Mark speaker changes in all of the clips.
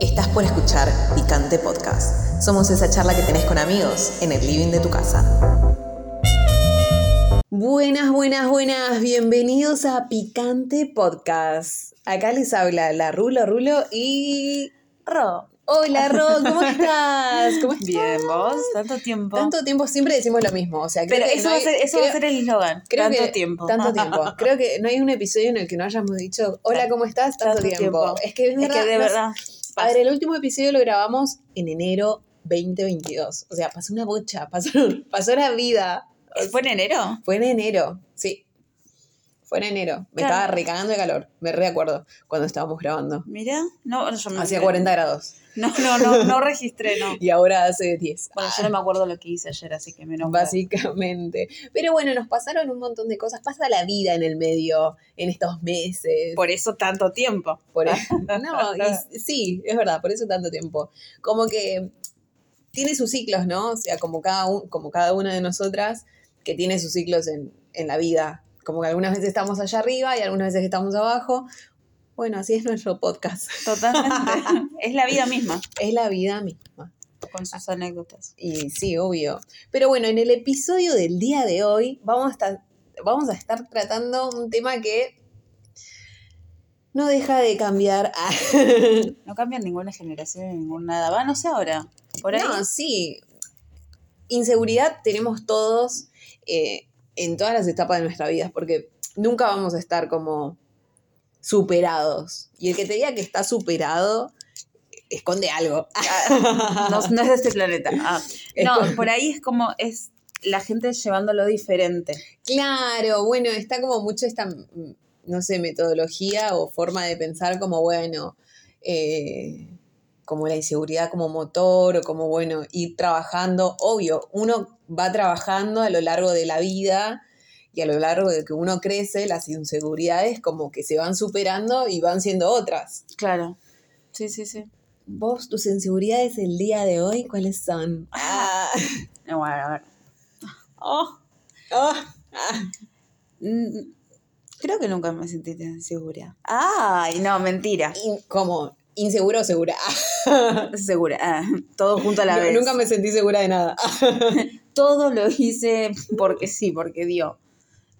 Speaker 1: Estás por escuchar Picante Podcast. Somos esa charla que tenés con amigos en el living de tu casa. Buenas, buenas, buenas. Bienvenidos a Picante Podcast. Acá les habla la Rulo, Rulo y Ro. Hola, Ro, ¿cómo estás? ¿Cómo estás?
Speaker 2: Bien, vos, tanto tiempo.
Speaker 1: Ah, Tanto tiempo siempre decimos lo mismo. O sea, creo
Speaker 2: Pero
Speaker 1: que
Speaker 2: eso,
Speaker 1: no
Speaker 2: va, a
Speaker 1: hay-
Speaker 2: ser, eso va a
Speaker 1: creo-
Speaker 2: ser el eslogan.
Speaker 1: creo
Speaker 2: Tanto
Speaker 1: que-
Speaker 2: tiempo.
Speaker 1: Tanto tiempo. Creo que no hay un episodio en el que no hayamos dicho, hola, ¿cómo estás? Tanto,
Speaker 2: Tanto
Speaker 1: tiempo.
Speaker 2: tiempo.
Speaker 1: Es que, es
Speaker 2: Es que de
Speaker 1: no sé-
Speaker 2: verdad.
Speaker 1: A ver, el último episodio lo grabamos en enero 2022. O sea, pasó una bocha, pasó, pasó la vida.
Speaker 2: ¿Fue en enero?
Speaker 1: Fue en enero, sí. Fue en enero. Me
Speaker 2: Claro.
Speaker 1: estaba recagando de calor, me reacuerdo, cuando estábamos grabando.
Speaker 2: Mira. No, no, yo no.
Speaker 1: Hacía 40 grados.
Speaker 2: No, no, no, no registré, no.
Speaker 1: Y ahora hace 10.
Speaker 2: Bueno, yo no me acuerdo lo que hice ayer, así que menos mal.
Speaker 1: Básicamente. Pero bueno, nos pasaron un montón de cosas. Pasa la vida en el medio, en estos meses.
Speaker 2: Por eso tanto tiempo.
Speaker 1: Por eso. No, y sí, es verdad, por eso tanto tiempo. Como que tiene sus ciclos, ¿no? O sea, como cada, un- como cada una de nosotras que tiene sus ciclos en, en la vida. Como que algunas veces estamos allá arriba y algunas veces estamos abajo. Bueno, así es nuestro podcast.
Speaker 2: Totalmente. es la vida misma,
Speaker 1: Es la vida misma.
Speaker 2: con sus anécdotas.
Speaker 1: Y sí, obvio. Pero bueno, en el episodio del día de hoy vamos a estar, vamos a estar tratando un tema que no deja de cambiar.
Speaker 2: No cambian ninguna generación, ni ningún nada. Va, no sé ahora. Por ahí.
Speaker 1: No, sí. Inseguridad tenemos todos eh, en todas las etapas de nuestra vida, porque nunca vamos a estar como superados. Y el que te diga que está superado, eh, esconde algo.
Speaker 2: no, no es de este planeta. Ah, No, por ahí es como es la gente llevándolo diferente.
Speaker 1: Claro, bueno, está como mucho esta, mm, no sé, metodología o forma de pensar como, bueno, eh, como la inseguridad como motor o como, bueno, ir trabajando. Obvio, uno va trabajando a lo largo de la vida y a lo largo de que uno crece, las inseguridades como que se van superando y van siendo otras.
Speaker 2: Claro. Sí, sí, sí.
Speaker 1: Vos, tus inseguridades el día de hoy, ¿cuáles son? Ah,
Speaker 2: No, Eh, bueno, a ver.
Speaker 1: oh, ah.
Speaker 2: Mm, Creo que nunca me sentí tan segura. Ay, no, mentira.
Speaker 1: In- como inseguro o segura. Ah.
Speaker 2: Segura. Ah, todo junto a la
Speaker 1: No,
Speaker 2: vez.
Speaker 1: Nunca me sentí segura de nada. Ah.
Speaker 2: Todo lo hice porque sí, porque dio.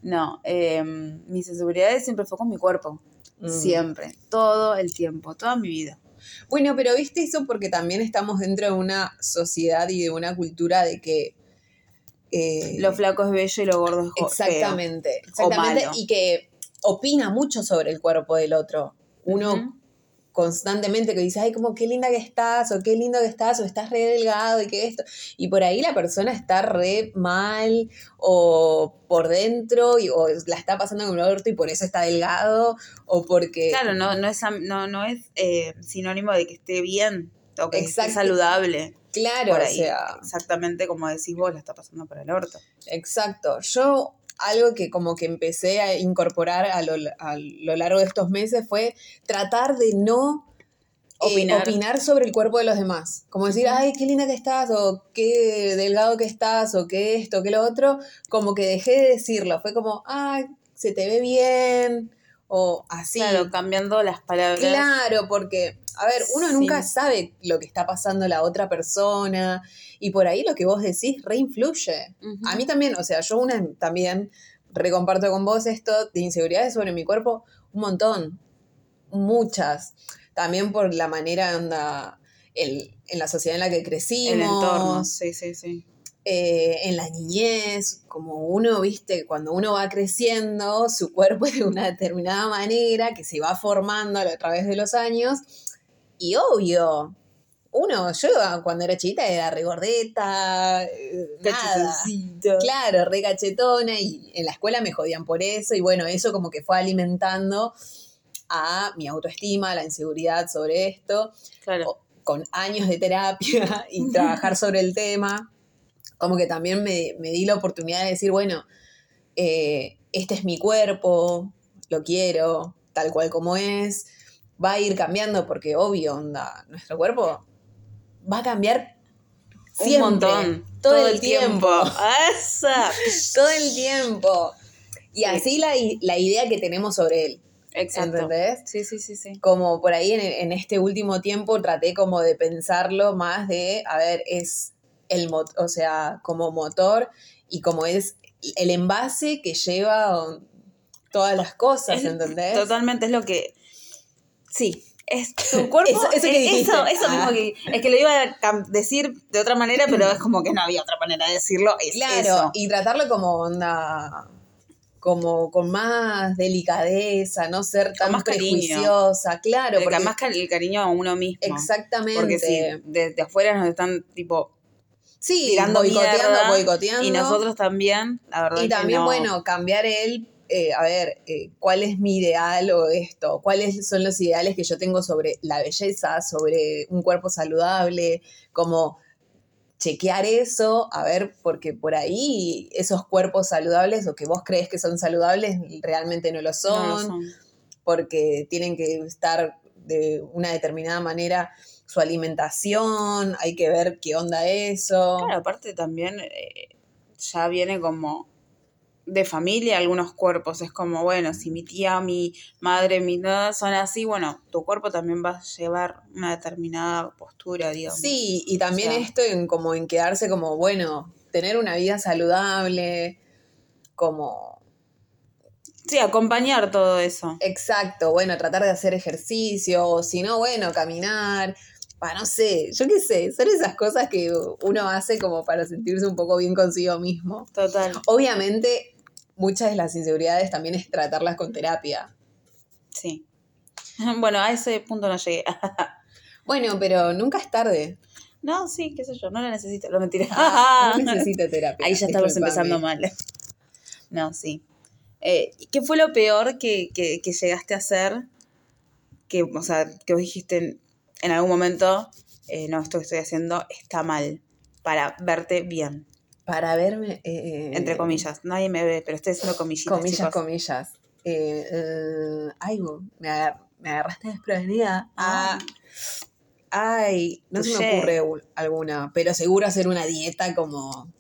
Speaker 2: No, eh, mis inseguridades siempre fue con mi cuerpo. Siempre. Todo el tiempo. Toda mi vida.
Speaker 1: Bueno, pero viste eso porque también estamos dentro de una sociedad y de una cultura de que... eh,
Speaker 2: Lo flaco es bello y lo gordo es jo- feo.
Speaker 1: exactamente.
Speaker 2: o
Speaker 1: exactamente
Speaker 2: malo.
Speaker 1: y que opina mucho sobre el cuerpo del otro. Uno
Speaker 2: Ujú.
Speaker 1: constantemente que dice, ay, como qué linda que estás, o qué lindo que estás, o estás re delgado, y que esto. Y por ahí la persona está re mal, o por dentro, y, o la está pasando con el orto y por eso está delgado, o porque...
Speaker 2: Claro, no, no es, am- no, no es eh, sinónimo de que esté bien o que esté
Speaker 1: Exacto.
Speaker 2: saludable.
Speaker 1: Claro,
Speaker 2: por
Speaker 1: o
Speaker 2: ahí.
Speaker 1: sea...
Speaker 2: Exactamente como decís vos, la está pasando por el orto.
Speaker 1: Exacto. Yo algo que como que empecé a incorporar a lo, a lo largo de estos meses fue tratar de no eh,
Speaker 2: Opinar.
Speaker 1: opinar sobre el cuerpo de los demás. Como decir, ay, qué linda que estás, o qué delgado que estás, o qué esto, qué lo otro. Como que dejé de decirlo. Fue como, ay, se te ve bien, o así.
Speaker 2: Claro, cambiando las palabras.
Speaker 1: Claro, porque, a ver, uno
Speaker 2: Sí.
Speaker 1: nunca sabe lo que está pasando la otra persona y por ahí lo que vos decís reinfluye.
Speaker 2: Ujú.
Speaker 1: A mí también, o sea, yo una también recomparto con vos esto de inseguridades sobre mi cuerpo un montón, muchas. También por la manera onda, el- en la sociedad en la que crecimos,
Speaker 2: El entorno. Sí, sí, sí.
Speaker 1: eh, en la niñez, como uno, viste, cuando uno va creciendo, su cuerpo es de una determinada manera que se va formando a lo- a través de los años. Y obvio, uno, yo cuando era chiquita era regordeta, eh, nada.
Speaker 2: Cachetoncito.
Speaker 1: Claro, re cachetona y en la escuela me jodían por eso y bueno, eso como que fue alimentando a mi autoestima, la inseguridad sobre esto
Speaker 2: Claro.
Speaker 1: o- con años de terapia y trabajar sobre el tema, como que también me, me di la oportunidad de decir, bueno, eh, este es mi cuerpo, lo quiero, tal cual como es, va a ir cambiando porque obvio, onda, nuestro cuerpo va a cambiar siempre,
Speaker 2: Un montón.
Speaker 1: todo, el tiempo,
Speaker 2: ¡Esa!
Speaker 1: todo el tiempo. Y así la, i- la idea que tenemos sobre él.
Speaker 2: Exacto.
Speaker 1: ¿Entendés?
Speaker 2: Sí, sí, sí, sí.
Speaker 1: Como por ahí en, en este último tiempo traté como de pensarlo más de, a ver, es el motor, o sea, como motor y como es el envase que lleva o, todas las cosas,
Speaker 2: Es-
Speaker 1: ¿entendés?
Speaker 2: Totalmente es lo que. Sí. Es tu cuerpo.
Speaker 1: Eso- eso que
Speaker 2: es-
Speaker 1: dijiste.
Speaker 2: eso, eso
Speaker 1: Ah.
Speaker 2: mismo que. Es que lo iba a cam- decir de otra manera, pero es como que no había otra manera de decirlo. Es
Speaker 1: Claro,
Speaker 2: eso.
Speaker 1: y tratarlo como onda, como con más delicadeza, no ser tan
Speaker 2: más cariño.
Speaker 1: prejuiciosa, claro,
Speaker 2: El ca-
Speaker 1: porque
Speaker 2: más ca- el cariño a uno mismo.
Speaker 1: exactamente.
Speaker 2: Porque si desde afuera nos están, tipo,
Speaker 1: sí,
Speaker 2: tirando
Speaker 1: boicoteando,
Speaker 2: mierda,
Speaker 1: boicoteando.
Speaker 2: y nosotros también, la verdad.
Speaker 1: Y
Speaker 2: que
Speaker 1: también,
Speaker 2: no.
Speaker 1: bueno, cambiar el, eh, a ver, eh, cuál es mi ideal o esto, cuáles son los ideales que yo tengo sobre la belleza, sobre un cuerpo saludable, como chequear eso, a ver, porque por ahí esos cuerpos saludables o que vos crees que son saludables realmente no lo son,
Speaker 2: No lo son.
Speaker 1: porque tienen que estar de una determinada manera su alimentación, hay que ver qué onda eso.
Speaker 2: Claro, aparte también eh, ya viene como de familia algunos cuerpos. Es como, bueno, si mi tía, mi madre, mi nada son así, bueno, tu cuerpo también va a llevar una determinada postura, digamos.
Speaker 1: Sí, y también
Speaker 2: O sea.
Speaker 1: esto en como en quedarse como, bueno, tener una vida saludable, como
Speaker 2: Sí, acompañar todo eso.
Speaker 1: exacto, bueno, tratar de hacer ejercicio, o si no, bueno, caminar, para no sé, yo qué sé, son esas cosas que uno hace como para sentirse un poco bien consigo mismo.
Speaker 2: Total.
Speaker 1: Obviamente, muchas de las inseguridades también es tratarlas con terapia.
Speaker 2: Sí. Bueno, a ese punto no llegué.
Speaker 1: Bueno, pero nunca es tarde.
Speaker 2: No, sí, qué sé yo, no la necesito, lo mentira.
Speaker 1: Ah, no necesito terapia.
Speaker 2: Ahí ya estamos
Speaker 1: discúlpame.
Speaker 2: empezando mal. No, sí. Eh, ¿Qué fue lo peor que, que- que llegaste a hacer? Que, o sea, que vos dijiste en, en algún momento, eh, no, esto que estoy haciendo está mal, para verte bien,
Speaker 1: Para verme. eh,
Speaker 2: entre comillas. Nadie me ve, pero estoy haciendo comillitas,
Speaker 1: comillas,
Speaker 2: chicos.
Speaker 1: comillas. Eh, eh, ay, bo- me, agar- me agarraste desprevenida. Ah, ay, no se me
Speaker 2: Touché.
Speaker 1: ocurre u- alguna, pero seguro hacer una dieta como,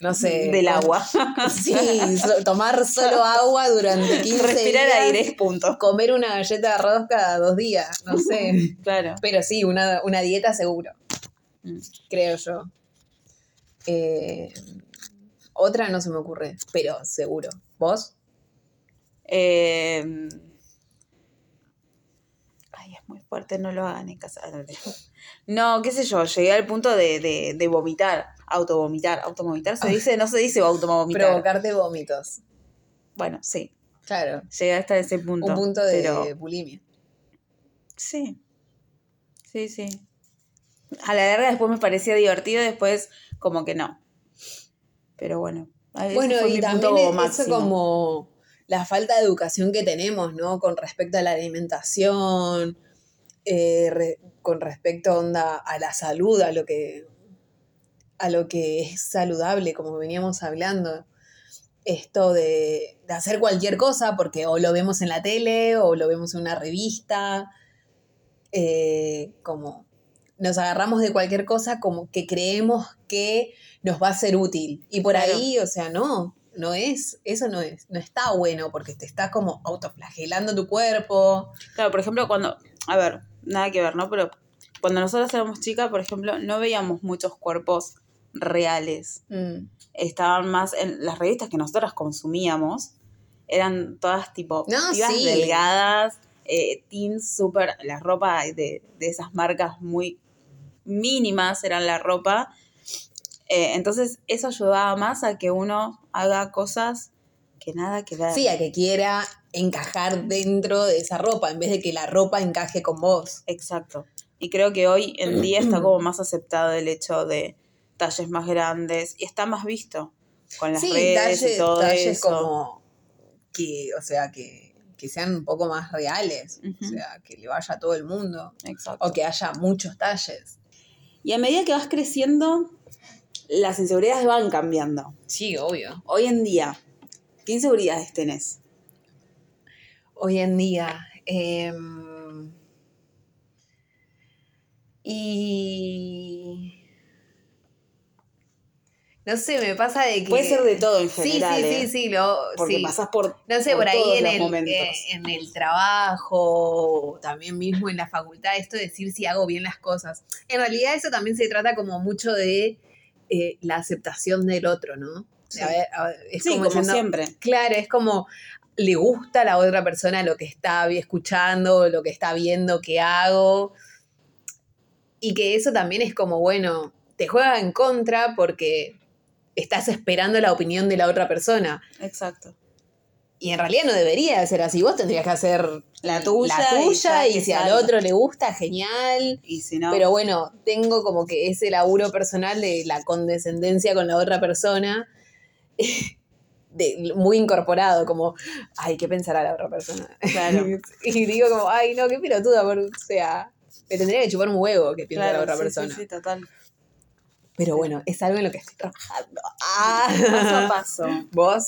Speaker 1: no sé.
Speaker 2: Mm, Del
Speaker 1: como-
Speaker 2: agua.
Speaker 1: Sí, so- tomar solo agua durante 15
Speaker 2: Respirar
Speaker 1: días,
Speaker 2: aire, punto.
Speaker 1: Comer una galleta de arroz cada dos días, no sé.
Speaker 2: Claro.
Speaker 1: Pero sí, una, una dieta seguro,
Speaker 2: Mm.
Speaker 1: creo yo. Eh, otra no se me ocurre, pero seguro. ¿Vos?
Speaker 2: Eh, ay, es muy fuerte, no lo hagan en casa. Ah, no, No, qué sé yo, llegué al punto de, de, de vomitar, autovomitar, autovomitar, se dice, no se dice autovomitar.
Speaker 1: Provocarte vómitos.
Speaker 2: Bueno, sí,
Speaker 1: Claro,
Speaker 2: llegué hasta ese punto.
Speaker 1: un punto de
Speaker 2: pero-
Speaker 1: bulimia.
Speaker 2: sí, sí, sí. A la larga después me parecía divertido, después como que no. Pero bueno. a ese
Speaker 1: Bueno,
Speaker 2: fue
Speaker 1: y
Speaker 2: mi punto
Speaker 1: también eso
Speaker 2: máximo.
Speaker 1: como la falta de educación que tenemos, ¿no? Con respecto a la alimentación, eh, re- con respecto onda a la salud, a lo que a lo que es saludable, como veníamos hablando. Esto de, de hacer cualquier cosa, porque o lo vemos en la tele, o lo vemos en una revista, eh, como nos agarramos de cualquier cosa como que creemos que nos va a ser útil. Y por
Speaker 2: Claro.
Speaker 1: ahí, o sea, no, no es, eso no es, no está bueno, porque te estás como autoflagelando tu cuerpo.
Speaker 2: Claro, por ejemplo, cuando. A ver, nada que ver, ¿no? Pero cuando nosotros éramos chicas, por ejemplo, no veíamos muchos cuerpos reales. Estaban más en las revistas que nosotras consumíamos. Eran todas tipo
Speaker 1: No,
Speaker 2: pibas
Speaker 1: sí.
Speaker 2: delgadas, eh, teens súper. La ropa de, de esas marcas muy mínimas eran la ropa. Eh, entonces, eso ayudaba más a que uno haga cosas que nada que ver.
Speaker 1: Sí, a que quiera encajar dentro de esa ropa, en vez de que la ropa encaje con vos.
Speaker 2: Exacto. Y creo que hoy en día está como más aceptado el hecho de talles más grandes y está más visto con las
Speaker 1: sí,
Speaker 2: redes
Speaker 1: talles,
Speaker 2: y todo
Speaker 1: talles
Speaker 2: eso.
Speaker 1: como que, o sea, que, que sean un poco más reales, o
Speaker 2: Ujú.
Speaker 1: sea, que le vaya a todo el mundo,
Speaker 2: Exacto.
Speaker 1: o que haya muchos talles.
Speaker 2: Y a medida que vas creciendo, las inseguridades van cambiando.
Speaker 1: Sí, obvio.
Speaker 2: Hoy en día, ¿qué inseguridades tenés?
Speaker 1: Hoy en día. em, y No sé, me pasa de que.
Speaker 2: Puede ser de todo en
Speaker 1: Sí,
Speaker 2: general.
Speaker 1: sí,
Speaker 2: ¿eh?
Speaker 1: sí, sí, lo.
Speaker 2: Porque
Speaker 1: sí.
Speaker 2: pasás por.
Speaker 1: No sé,
Speaker 2: por
Speaker 1: por, ahí
Speaker 2: todos
Speaker 1: en
Speaker 2: los
Speaker 1: el,
Speaker 2: momentos.
Speaker 1: eh, en el trabajo, o también mismo en la facultad, esto de decir si hago bien las cosas. En realidad eso también se trata como mucho de eh, la aceptación del otro, ¿no?
Speaker 2: Sí.
Speaker 1: A ver, a ver, es
Speaker 2: Sí, como,
Speaker 1: diciendo,
Speaker 2: siempre.
Speaker 1: Claro, es como le gusta a la otra persona lo que está vi- escuchando, lo que está viendo, que hago. Y que eso también es como, bueno, te juega en contra porque estás esperando la opinión de la otra persona.
Speaker 2: Exacto.
Speaker 1: Y en realidad no debería ser así. Vos tendrías que hacer
Speaker 2: La tuya.
Speaker 1: la tuya
Speaker 2: ya
Speaker 1: y,
Speaker 2: que
Speaker 1: si al
Speaker 2: salga.
Speaker 1: otro le gusta, genial.
Speaker 2: Y si no.
Speaker 1: Pero bueno, tengo como que ese laburo personal de la condescendencia con la otra persona, de, muy incorporado, como, ay, ¿qué pensará la otra persona?
Speaker 2: Claro.
Speaker 1: y digo como, ay, no, qué pelotuda, por- o sea, me tendría que chupar un huevo que piensa
Speaker 2: claro,
Speaker 1: la otra
Speaker 2: sí,
Speaker 1: persona.
Speaker 2: Sí, sí, total.
Speaker 1: Pero bueno, es algo en lo que estoy trabajando. Ah.
Speaker 2: Paso a paso.
Speaker 1: ¿Vos?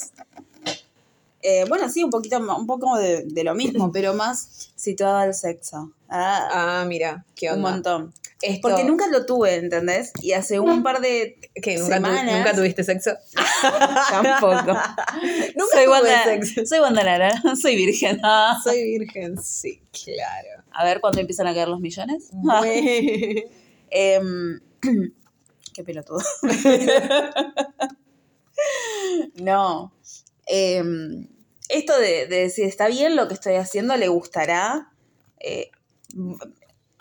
Speaker 2: Eh, bueno, sí, un poquito ma- un poco de, de lo mismo, pero más situado al sexo. Ah,
Speaker 1: Ah, mira, qué
Speaker 2: un
Speaker 1: onda.
Speaker 2: montón.
Speaker 1: Esto-
Speaker 2: Porque nunca lo tuve, ¿entendés? Y hace un par de.
Speaker 1: que nunca, tu-
Speaker 2: semanas-
Speaker 1: nunca tuviste sexo.
Speaker 2: Tampoco.
Speaker 1: Nunca
Speaker 2: soy
Speaker 1: tuve
Speaker 2: Wanda,
Speaker 1: sexo.
Speaker 2: Soy Wanda Nara, soy virgen. Ah.
Speaker 1: Soy virgen, sí, claro.
Speaker 2: A ver cuándo empiezan a caer los millones.
Speaker 1: Bueno.
Speaker 2: Em, qué pelotudo. no. Em, esto de, de si está bien lo que estoy haciendo, le gustará. Eh, m-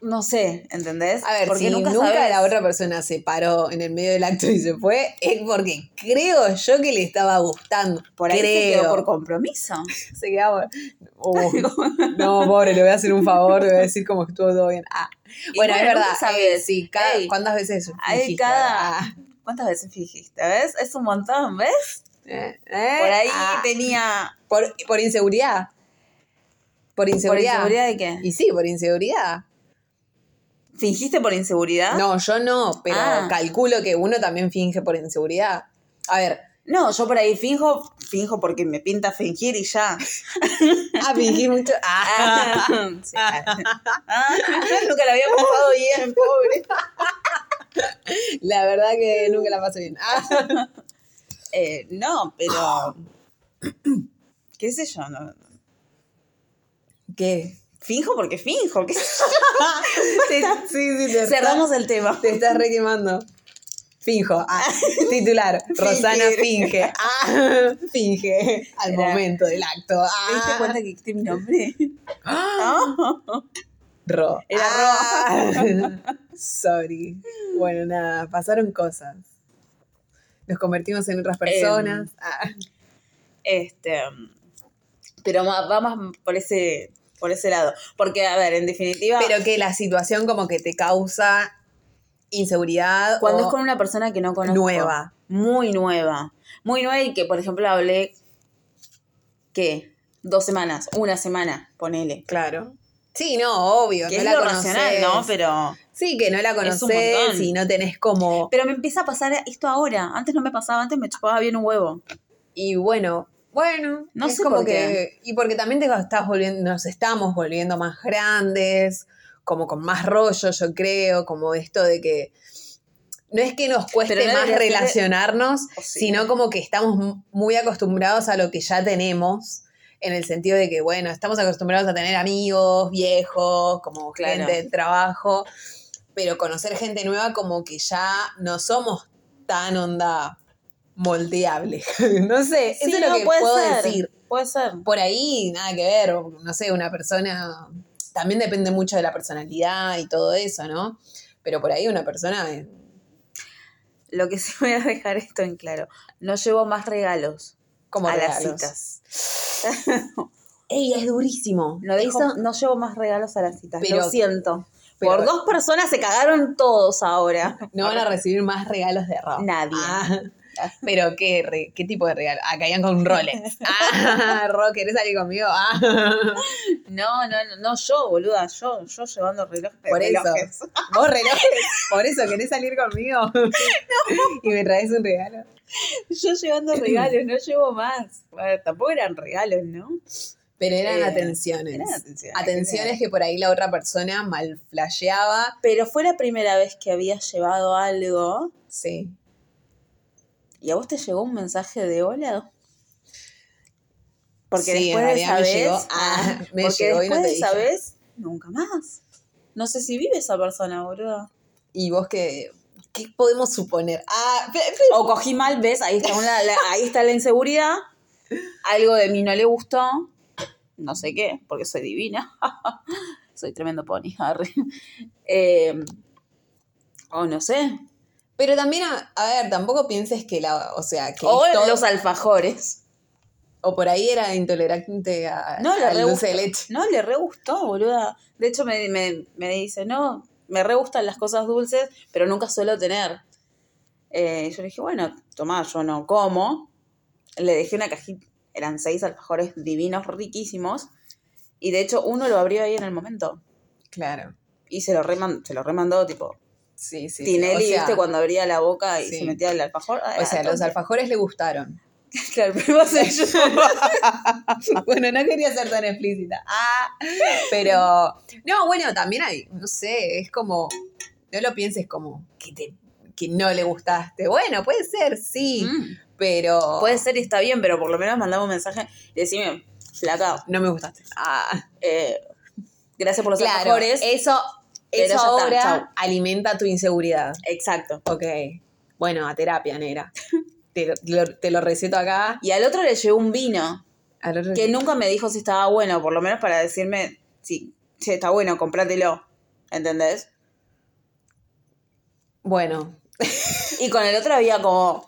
Speaker 2: no sé, ¿entendés?
Speaker 1: A ver, si nunca,
Speaker 2: sabes.
Speaker 1: la otra persona se paró en el medio del acto y se fue, es porque creo yo que le estaba gustando.
Speaker 2: por ahí se
Speaker 1: creo.
Speaker 2: quedó por compromiso.
Speaker 1: Se quedaba- Oh, no, pobre, le voy a hacer un favor, le voy a decir como que estuvo todo bien. Ah.
Speaker 2: Y
Speaker 1: Bueno, es
Speaker 2: bueno,
Speaker 1: verdad.
Speaker 2: nunca sabes.
Speaker 1: eh, sí, cada-
Speaker 2: Ey.
Speaker 1: ¿cuántas veces
Speaker 2: Hay
Speaker 1: dijiste,
Speaker 2: cada-
Speaker 1: ah,
Speaker 2: ¿Cuántas veces fingiste? ¿Ves? Es un montón, ¿ves?
Speaker 1: eh,
Speaker 2: Por ahí
Speaker 1: ah.
Speaker 2: tenía.
Speaker 1: por, por inseguridad. Por
Speaker 2: ¿Por
Speaker 1: inseguridad.
Speaker 2: inseguridad de qué?
Speaker 1: Y sí, por inseguridad.
Speaker 2: ¿Fingiste por inseguridad?
Speaker 1: No, yo no, pero
Speaker 2: Ah.
Speaker 1: calculo que uno también finge por inseguridad. A ver,
Speaker 2: No, yo por ahí finjo, finjo porque me pinta fingir y ya.
Speaker 1: ah, fingí mucho. Ah.
Speaker 2: Sí. Ah, nunca la había pasado bien, pobre.
Speaker 1: La verdad que nunca la paso bien. Ah,
Speaker 2: Eh, no, pero. ¿Qué sé yo? no-
Speaker 1: ¿Qué?
Speaker 2: Finjo porque finjo. ¿qué sé
Speaker 1: Te- sí, sí, te
Speaker 2: yo? Cerramos el tema.
Speaker 1: Te estás re quemando. Finjo. Ah, titular. Rosana finge. Ah, finge. Al
Speaker 2: Era-
Speaker 1: momento del acto. Ah,
Speaker 2: ¿Te diste cuenta que quité mi nombre?
Speaker 1: Ah,
Speaker 2: No.
Speaker 1: Ro.
Speaker 2: Era
Speaker 1: Ro. Sorry. Bueno, nada, pasaron cosas. Nos convertimos en otras personas. Ah,
Speaker 2: Este. Pero ma- va más por ese, por ese lado. Porque, a ver, en definitiva.
Speaker 1: Pero que la situación como que te causa inseguridad.
Speaker 2: Cuando
Speaker 1: o-
Speaker 2: es con una persona que no conozco.
Speaker 1: Nueva.
Speaker 2: Muy nueva. Muy nueva y que, por ejemplo, hablé, ¿qué? Dos semanas, una semana, ponele.
Speaker 1: Claro. Sí, no, obvio.
Speaker 2: Que
Speaker 1: no
Speaker 2: es
Speaker 1: la
Speaker 2: lo racional,
Speaker 1: conoces.
Speaker 2: ¿no? Pero,
Speaker 1: Sí, que no la
Speaker 2: Es un
Speaker 1: conoces
Speaker 2: montón.
Speaker 1: y no tenés como.
Speaker 2: pero me empieza a pasar esto ahora. Antes no me pasaba, antes me chupaba bien un huevo.
Speaker 1: Y bueno, bueno,
Speaker 2: No
Speaker 1: es
Speaker 2: sé
Speaker 1: como
Speaker 2: por
Speaker 1: que. Y porque también te estás volviendo, nos estamos volviendo más grandes, como con más rollo, yo creo, como esto de que. No es que nos cueste
Speaker 2: Pero no
Speaker 1: más
Speaker 2: debería ser-
Speaker 1: relacionarnos,
Speaker 2: O Oh, sí.
Speaker 1: sino como que estamos m- muy acostumbrados a lo que ya tenemos, en el sentido de que, bueno, estamos acostumbrados a tener amigos, viejos, como
Speaker 2: Claro.
Speaker 1: gente del trabajo, pero conocer gente nueva como que ya no somos tan onda moldeable. no sé,
Speaker 2: Sí,
Speaker 1: eso es lo
Speaker 2: no,
Speaker 1: que puedo
Speaker 2: ser,
Speaker 1: decir.
Speaker 2: Puede ser.
Speaker 1: Por ahí, nada que ver, o no sé, una persona, también depende mucho de la personalidad y todo eso, ¿no? Pero por ahí una persona... eh,
Speaker 2: Lo que sí voy a dejar esto en claro. No llevo más regalos
Speaker 1: Como
Speaker 2: a
Speaker 1: regalos.
Speaker 2: las citas.
Speaker 1: ¡Ey, es durísimo!
Speaker 2: No, dejo-
Speaker 1: Eso-
Speaker 2: no llevo más regalos a las citas.
Speaker 1: Pero-
Speaker 2: lo siento.
Speaker 1: pero-
Speaker 2: Por dos personas se cagaron todos ahora.
Speaker 1: No van a recibir más regalos de Rob.
Speaker 2: Nadie.
Speaker 1: Ah, pero qué, re- qué tipo de regalo. Ah, caían con un Rolex. Ah, Ro, ¿querés salir conmigo? Ah.
Speaker 2: No, no, no, no, yo, boluda, yo, yo llevando relojes.
Speaker 1: Por eso.
Speaker 2: relojes.
Speaker 1: Vos relojes. Por eso, ¿querés salir conmigo? Y me traes un regalo.
Speaker 2: Yo llevando regalos, no llevo más. Bueno, tampoco eran regalos, ¿no?
Speaker 1: Pero eran
Speaker 2: Eh,
Speaker 1: atenciones.
Speaker 2: eran atenciones.
Speaker 1: Atenciones que por ahí la otra persona mal flasheaba.
Speaker 2: Pero fue la primera vez que había llevado algo
Speaker 1: Sí.
Speaker 2: ¿Y a vos te llegó un mensaje de hola? Porque
Speaker 1: Sí, en
Speaker 2: después de
Speaker 1: realidad
Speaker 2: esa
Speaker 1: me
Speaker 2: vez,
Speaker 1: llegó. Ah, me
Speaker 2: porque
Speaker 1: llegó y no
Speaker 2: después
Speaker 1: te
Speaker 2: de esa
Speaker 1: dije.
Speaker 2: vez, nunca más. No sé si vive esa persona, boludo.
Speaker 1: Y vos que. ¿Qué podemos suponer? Ah, pe- pe-
Speaker 2: O cogí mal, ¿ves? Ahí está, una- la, ahí está la inseguridad. Algo de mí no le gustó. No sé qué, porque soy divina. soy tremendo pony, Harry. Eh, o no sé.
Speaker 1: pero también, a, a ver, tampoco pienses que la. O sea, que.
Speaker 2: O
Speaker 1: esto-
Speaker 2: los alfajores.
Speaker 1: o por ahí era intolerante a,
Speaker 2: No, le
Speaker 1: al
Speaker 2: re
Speaker 1: dulce de
Speaker 2: gustó.
Speaker 1: leche.
Speaker 2: No, le re gustó, boluda. De hecho, me, me- me dice, no, me re gustan las cosas dulces, pero nunca suelo tener. Eh, yo le dije, bueno, tomá, yo no como. Le dejé una cajita, eran seis alfajores divinos, riquísimos. Y de hecho, uno lo abrió ahí en el momento.
Speaker 1: Claro.
Speaker 2: Y se lo, reman- se lo remandó, tipo,
Speaker 1: Sí, sí. sí.
Speaker 2: Tinelli,
Speaker 1: o sea,
Speaker 2: ¿viste? Cuando abría la boca y
Speaker 1: sí.
Speaker 2: se metía el alfajor. Ah,
Speaker 1: O sea, los alfajores le gustaron.
Speaker 2: Claro, primero soy yo.
Speaker 1: bueno, no quería ser tan explícita. Ah, pero. No, bueno, también hay. No sé, es como. No lo pienses como que te que no le gustaste. Bueno, puede ser, sí,
Speaker 2: Mm.
Speaker 1: pero
Speaker 2: Puede ser y está bien, pero por lo menos mandame un mensaje y decime, flaca,
Speaker 1: no me gustaste. Ah,
Speaker 2: eh, gracias por los
Speaker 1: claro,
Speaker 2: alfajores.
Speaker 1: eso,
Speaker 2: pero
Speaker 1: eso
Speaker 2: ya está,
Speaker 1: ahora
Speaker 2: chau.
Speaker 1: alimenta tu inseguridad.
Speaker 2: Exacto.
Speaker 1: Ok. Bueno, a terapia, negra. te, lo- te lo, te lo receto acá.
Speaker 2: Y al otro le llegó un vino,
Speaker 1: Al otro-
Speaker 2: que nunca me dijo si estaba bueno, por lo menos para decirme, sí, che, está bueno, comprátelo. ¿Entendés?
Speaker 1: Bueno,
Speaker 2: Y con el otro había como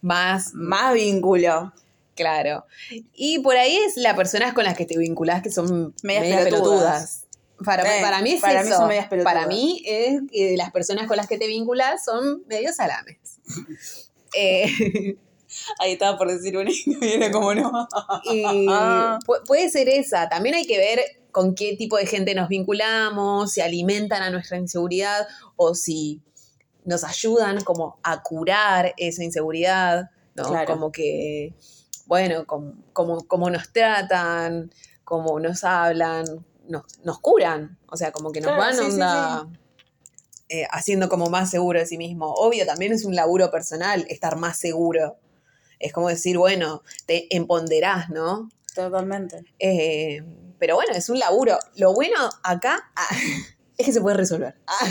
Speaker 1: más,
Speaker 2: más vínculo.
Speaker 1: claro. Y por ahí es las personas con las que te vinculás que son
Speaker 2: Medias
Speaker 1: medias,
Speaker 2: pelotudas.
Speaker 1: pelotudas. Para,
Speaker 2: Eh,
Speaker 1: para mí es
Speaker 2: para mí
Speaker 1: eso.
Speaker 2: son medias pelotudas.
Speaker 1: Para mí es que las personas con las que te vinculas son medios salames. Eh,
Speaker 2: Ahí estaba por decir una y viene como no.
Speaker 1: y
Speaker 2: Ah.
Speaker 1: pu- puede ser esa. También hay que ver con qué tipo de gente nos vinculamos, si alimentan a nuestra inseguridad o si nos ayudan como a curar esa inseguridad, ¿no?
Speaker 2: Claro.
Speaker 1: Como que, bueno, com- como, como nos tratan, como nos hablan, nos, nos curan, o sea, como que nos
Speaker 2: Claro,
Speaker 1: van
Speaker 2: sí, sí,
Speaker 1: onda eh, haciendo como más seguro de sí mismo. Obvio, también es un laburo personal estar más seguro. Es como decir, bueno, te empoderás, ¿no?
Speaker 2: Totalmente.
Speaker 1: Eh, pero bueno, es un laburo. Lo bueno acá ah, es que se puede resolver. Ah.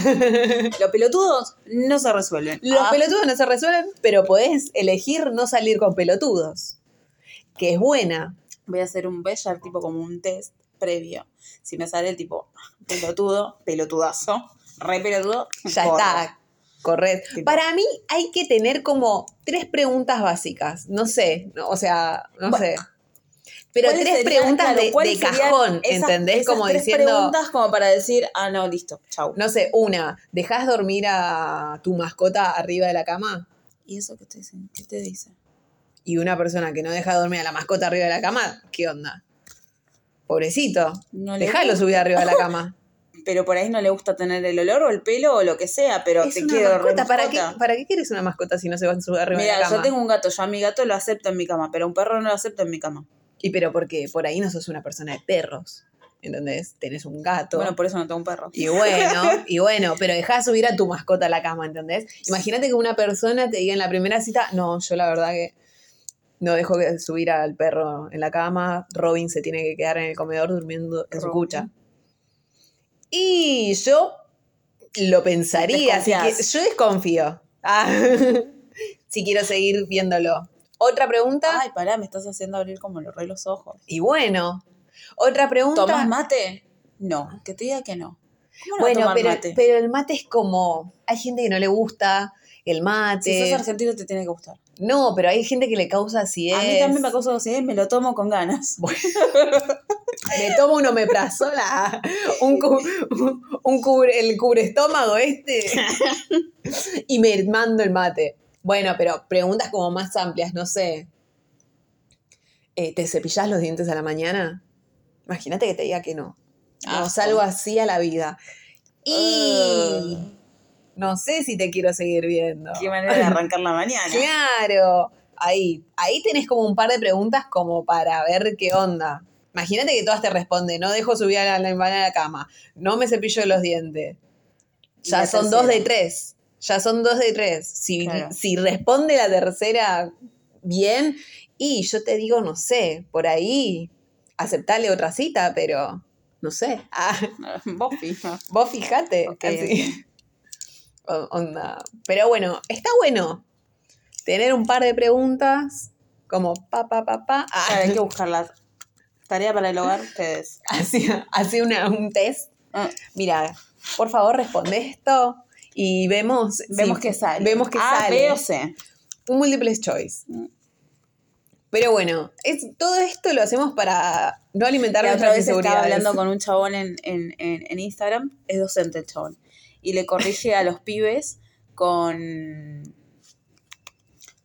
Speaker 2: Los pelotudos no se resuelven.
Speaker 1: Los
Speaker 2: Ah,
Speaker 1: pelotudos no se resuelven, pero podés elegir no salir con pelotudos. Que es buena.
Speaker 2: Voy a hacer un Bellar, tipo como un test previo. Si me sale tipo ah, pelotudo, pelotudazo, re pelotudo,
Speaker 1: Ya
Speaker 2: corro.
Speaker 1: está. Correcto.
Speaker 2: Tipo-
Speaker 1: Para mí hay que tener como tres preguntas básicas. No sé, no, o sea, no
Speaker 2: Bueno.
Speaker 1: sé. Pero
Speaker 2: ¿Cuáles
Speaker 1: tres
Speaker 2: serían,
Speaker 1: preguntas
Speaker 2: claro,
Speaker 1: de,
Speaker 2: cuáles
Speaker 1: de
Speaker 2: serían
Speaker 1: cajón,
Speaker 2: esas-
Speaker 1: ¿entendés?
Speaker 2: esas
Speaker 1: como
Speaker 2: tres
Speaker 1: diciendo,
Speaker 2: preguntas como para decir, ah, no, listo, chau.
Speaker 1: no sé, una, ¿dejás dormir a tu mascota arriba de la cama?
Speaker 2: ¿Y eso qué te dicen? ¿Qué te dice?
Speaker 1: y una persona que no deja dormir a la mascota arriba de la cama, ¿qué onda? Pobrecito.
Speaker 2: No le
Speaker 1: Dejalo subir arriba de la cama.
Speaker 2: Pero por ahí no le gusta tener el olor o el pelo o lo que sea, pero
Speaker 1: Es
Speaker 2: te
Speaker 1: una
Speaker 2: quiero
Speaker 1: mascota.
Speaker 2: re
Speaker 1: ¿Para qué,
Speaker 2: mascota.
Speaker 1: ¿Para qué quieres una mascota si no se va a subir arriba de la
Speaker 2: Mira,
Speaker 1: cama?
Speaker 2: yo tengo un gato, yo a mi gato lo acepto en mi cama, pero a un perro no lo acepto en mi cama.
Speaker 1: Y pero porque por ahí no sos una persona de perros. ¿Entendés? Tenés un gato.
Speaker 2: Bueno, por eso no tengo un perro.
Speaker 1: y bueno, y bueno, pero dejá subir a tu mascota a la cama, ¿entendés? Imagínate que una persona te diga en la primera cita, no, yo la verdad que no dejo que subir al perro en la cama, Robin se tiene que quedar en el comedor durmiendo en su
Speaker 2: Robin.
Speaker 1: cucha. Y yo lo pensaría, así que
Speaker 2: Desconfías.
Speaker 1: yo desconfío. Ah, si quiero seguir viéndolo. Otra pregunta,
Speaker 2: Ay, pará, me estás haciendo abrir como los re los ojos.
Speaker 1: y bueno, otra pregunta.
Speaker 2: ¿Tomás mate? No, que te diga que no. ¿Cómo no
Speaker 1: Bueno,
Speaker 2: tomar
Speaker 1: pero,
Speaker 2: mate?
Speaker 1: pero el mate es como. Hay gente que no le gusta el
Speaker 2: si
Speaker 1: mate.
Speaker 2: sos argentino te tiene que gustar.
Speaker 1: no, pero hay gente que le causa acidez.
Speaker 2: A mí también me causa ansiedad y me lo tomo con ganas.
Speaker 1: Me tomo un omeprazol, ah, un, cu- un cubre, el cubreestómago este. y me mando el mate. Bueno, pero preguntas como más amplias, no sé. Eh, ¿Te cepillás los dientes a la mañana? Imagínate que te diga que no. No
Speaker 2: Asco.
Speaker 1: salgo así a la vida. Y
Speaker 2: Ugh.
Speaker 1: no sé si te quiero seguir viendo.
Speaker 2: Qué manera de arrancar la mañana.
Speaker 1: Claro. Ahí, ahí tenés como un par de preguntas como para ver qué onda. Imagínate que todas te responden, no dejo subir a la hermana a la cama, no me cepillo los dientes.
Speaker 2: Y
Speaker 1: Ya
Speaker 2: la
Speaker 1: son
Speaker 2: tercera.
Speaker 1: dos de tres. ya son dos de tres. Si,
Speaker 2: Claro.
Speaker 1: si responde la tercera bien, y yo te digo, no sé, por ahí aceptale otra cita, pero no sé. Ah,
Speaker 2: Vos fija.
Speaker 1: vos fijate.
Speaker 2: Ok,
Speaker 1: así. O- Onda. Pero bueno, está bueno tener un par de preguntas como pa, pa, pa, pa. Ah,
Speaker 2: Claro, hay que buscarlas. Tarea para el hogar, ustedes.
Speaker 1: así, así una- un test
Speaker 2: Ah,
Speaker 1: mira, por favor responde esto y vemos,
Speaker 2: vemos
Speaker 1: sí,
Speaker 2: que sale.
Speaker 1: Vemos que
Speaker 2: ah,
Speaker 1: sale.
Speaker 2: B o C.
Speaker 1: Un múltiples choice.
Speaker 2: Mm.
Speaker 1: Pero bueno, es, todo esto lo hacemos para no alimentar
Speaker 2: La otra
Speaker 1: nuestras
Speaker 2: vez estaba
Speaker 1: inseguridades.
Speaker 2: hablando con un chabón en, en, en, en Instagram, es docente el chabón, y le corrige a los pibes con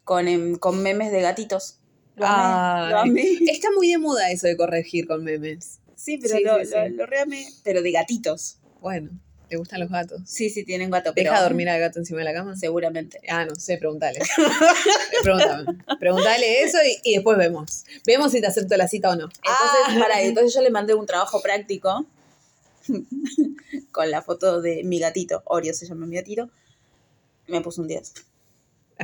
Speaker 2: con, em, con memes de gatitos. Lo amé, lo
Speaker 1: Ay.
Speaker 2: amé.
Speaker 1: Está muy de moda eso de corregir con memes.
Speaker 2: Sí, pero
Speaker 1: Sí,
Speaker 2: lo,
Speaker 1: sí, sí.
Speaker 2: lo- lo re amé, pero de gatitos.
Speaker 1: Bueno, le gustan los gatos.
Speaker 2: Sí, sí, tienen gato, pero
Speaker 1: ¿Deja dormir al gato encima de la cama?
Speaker 2: seguramente.
Speaker 1: Ah, no sé, pregúntale. pregúntame. Pregúntale eso y, y después vemos. Vemos si te acepto la cita o no.
Speaker 2: Entonces,
Speaker 1: Ah.
Speaker 2: pará, entonces yo le mandé un trabajo práctico con la foto de mi gatito, Oreo se llama mi gatito, me puso un 10.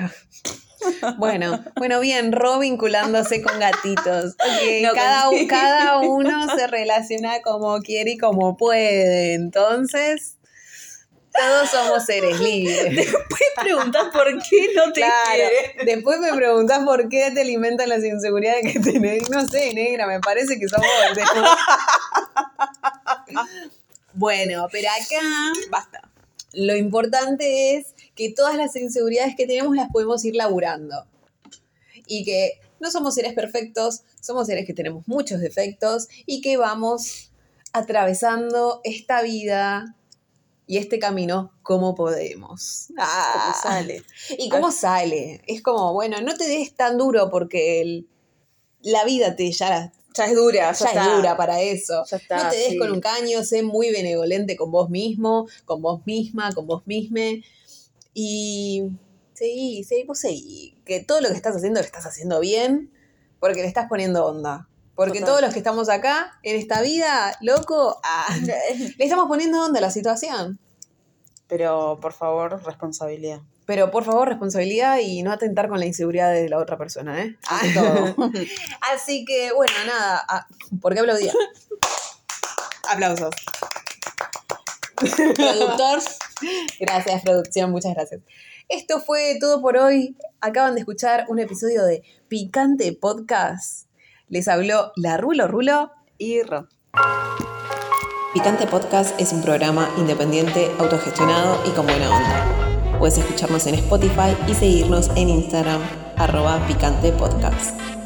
Speaker 1: Ah. Bueno, bueno, bien, Ro vinculándose con gatitos. Ok,
Speaker 2: No,
Speaker 1: cada,
Speaker 2: con-
Speaker 1: cada uno se relaciona como quiere y como puede. Entonces, todos somos seres libres.
Speaker 2: Preguntas por qué no te
Speaker 1: Claro.
Speaker 2: quiere.
Speaker 1: Después me preguntás por qué te alimentan las inseguridades que tenés. No sé, negra, me parece que somos. bueno, pero acá
Speaker 2: Basta.
Speaker 1: lo importante es que todas las inseguridades que tenemos las podemos ir laburando. Y que no somos seres perfectos, somos seres que tenemos muchos defectos y que vamos atravesando esta vida y este camino como podemos. Ah.
Speaker 2: Como sale.
Speaker 1: ¿Y cómo sale? Es como, bueno, no te des tan duro porque el- la vida te ya,
Speaker 2: Ya es dura, ya,
Speaker 1: ya
Speaker 2: está.
Speaker 1: es dura para eso.
Speaker 2: Ya está,
Speaker 1: no te des
Speaker 2: sí.
Speaker 1: con un caño, sé muy benevolente con vos mismo, con vos misma, con vos misme. Y seguí, seguí, vos seguí. Que todo lo que estás haciendo lo estás haciendo bien porque le estás poniendo onda. Porque
Speaker 2: Total.
Speaker 1: todos los que estamos acá, en esta vida, loco, ah, le estamos poniendo onda a la situación.
Speaker 2: Pero por favor, responsabilidad.
Speaker 1: Pero por favor, responsabilidad y no atentar con la inseguridad de la otra persona, ¿eh?
Speaker 2: Ante todo.
Speaker 1: Así que, bueno, nada. ah, ¿Por qué aplaudía? Aplausos.
Speaker 2: Productor.
Speaker 1: Gracias, producción, muchas gracias. Esto fue todo por hoy. Acaban de escuchar un episodio de Picante Podcast. Les habló la Rulo Rulo.
Speaker 2: Y Ro.
Speaker 1: Picante Podcast es un programa independiente, autogestionado y con buena onda. Puedes escucharnos en Spotify y seguirnos en Instagram, arroba Picante Podcast.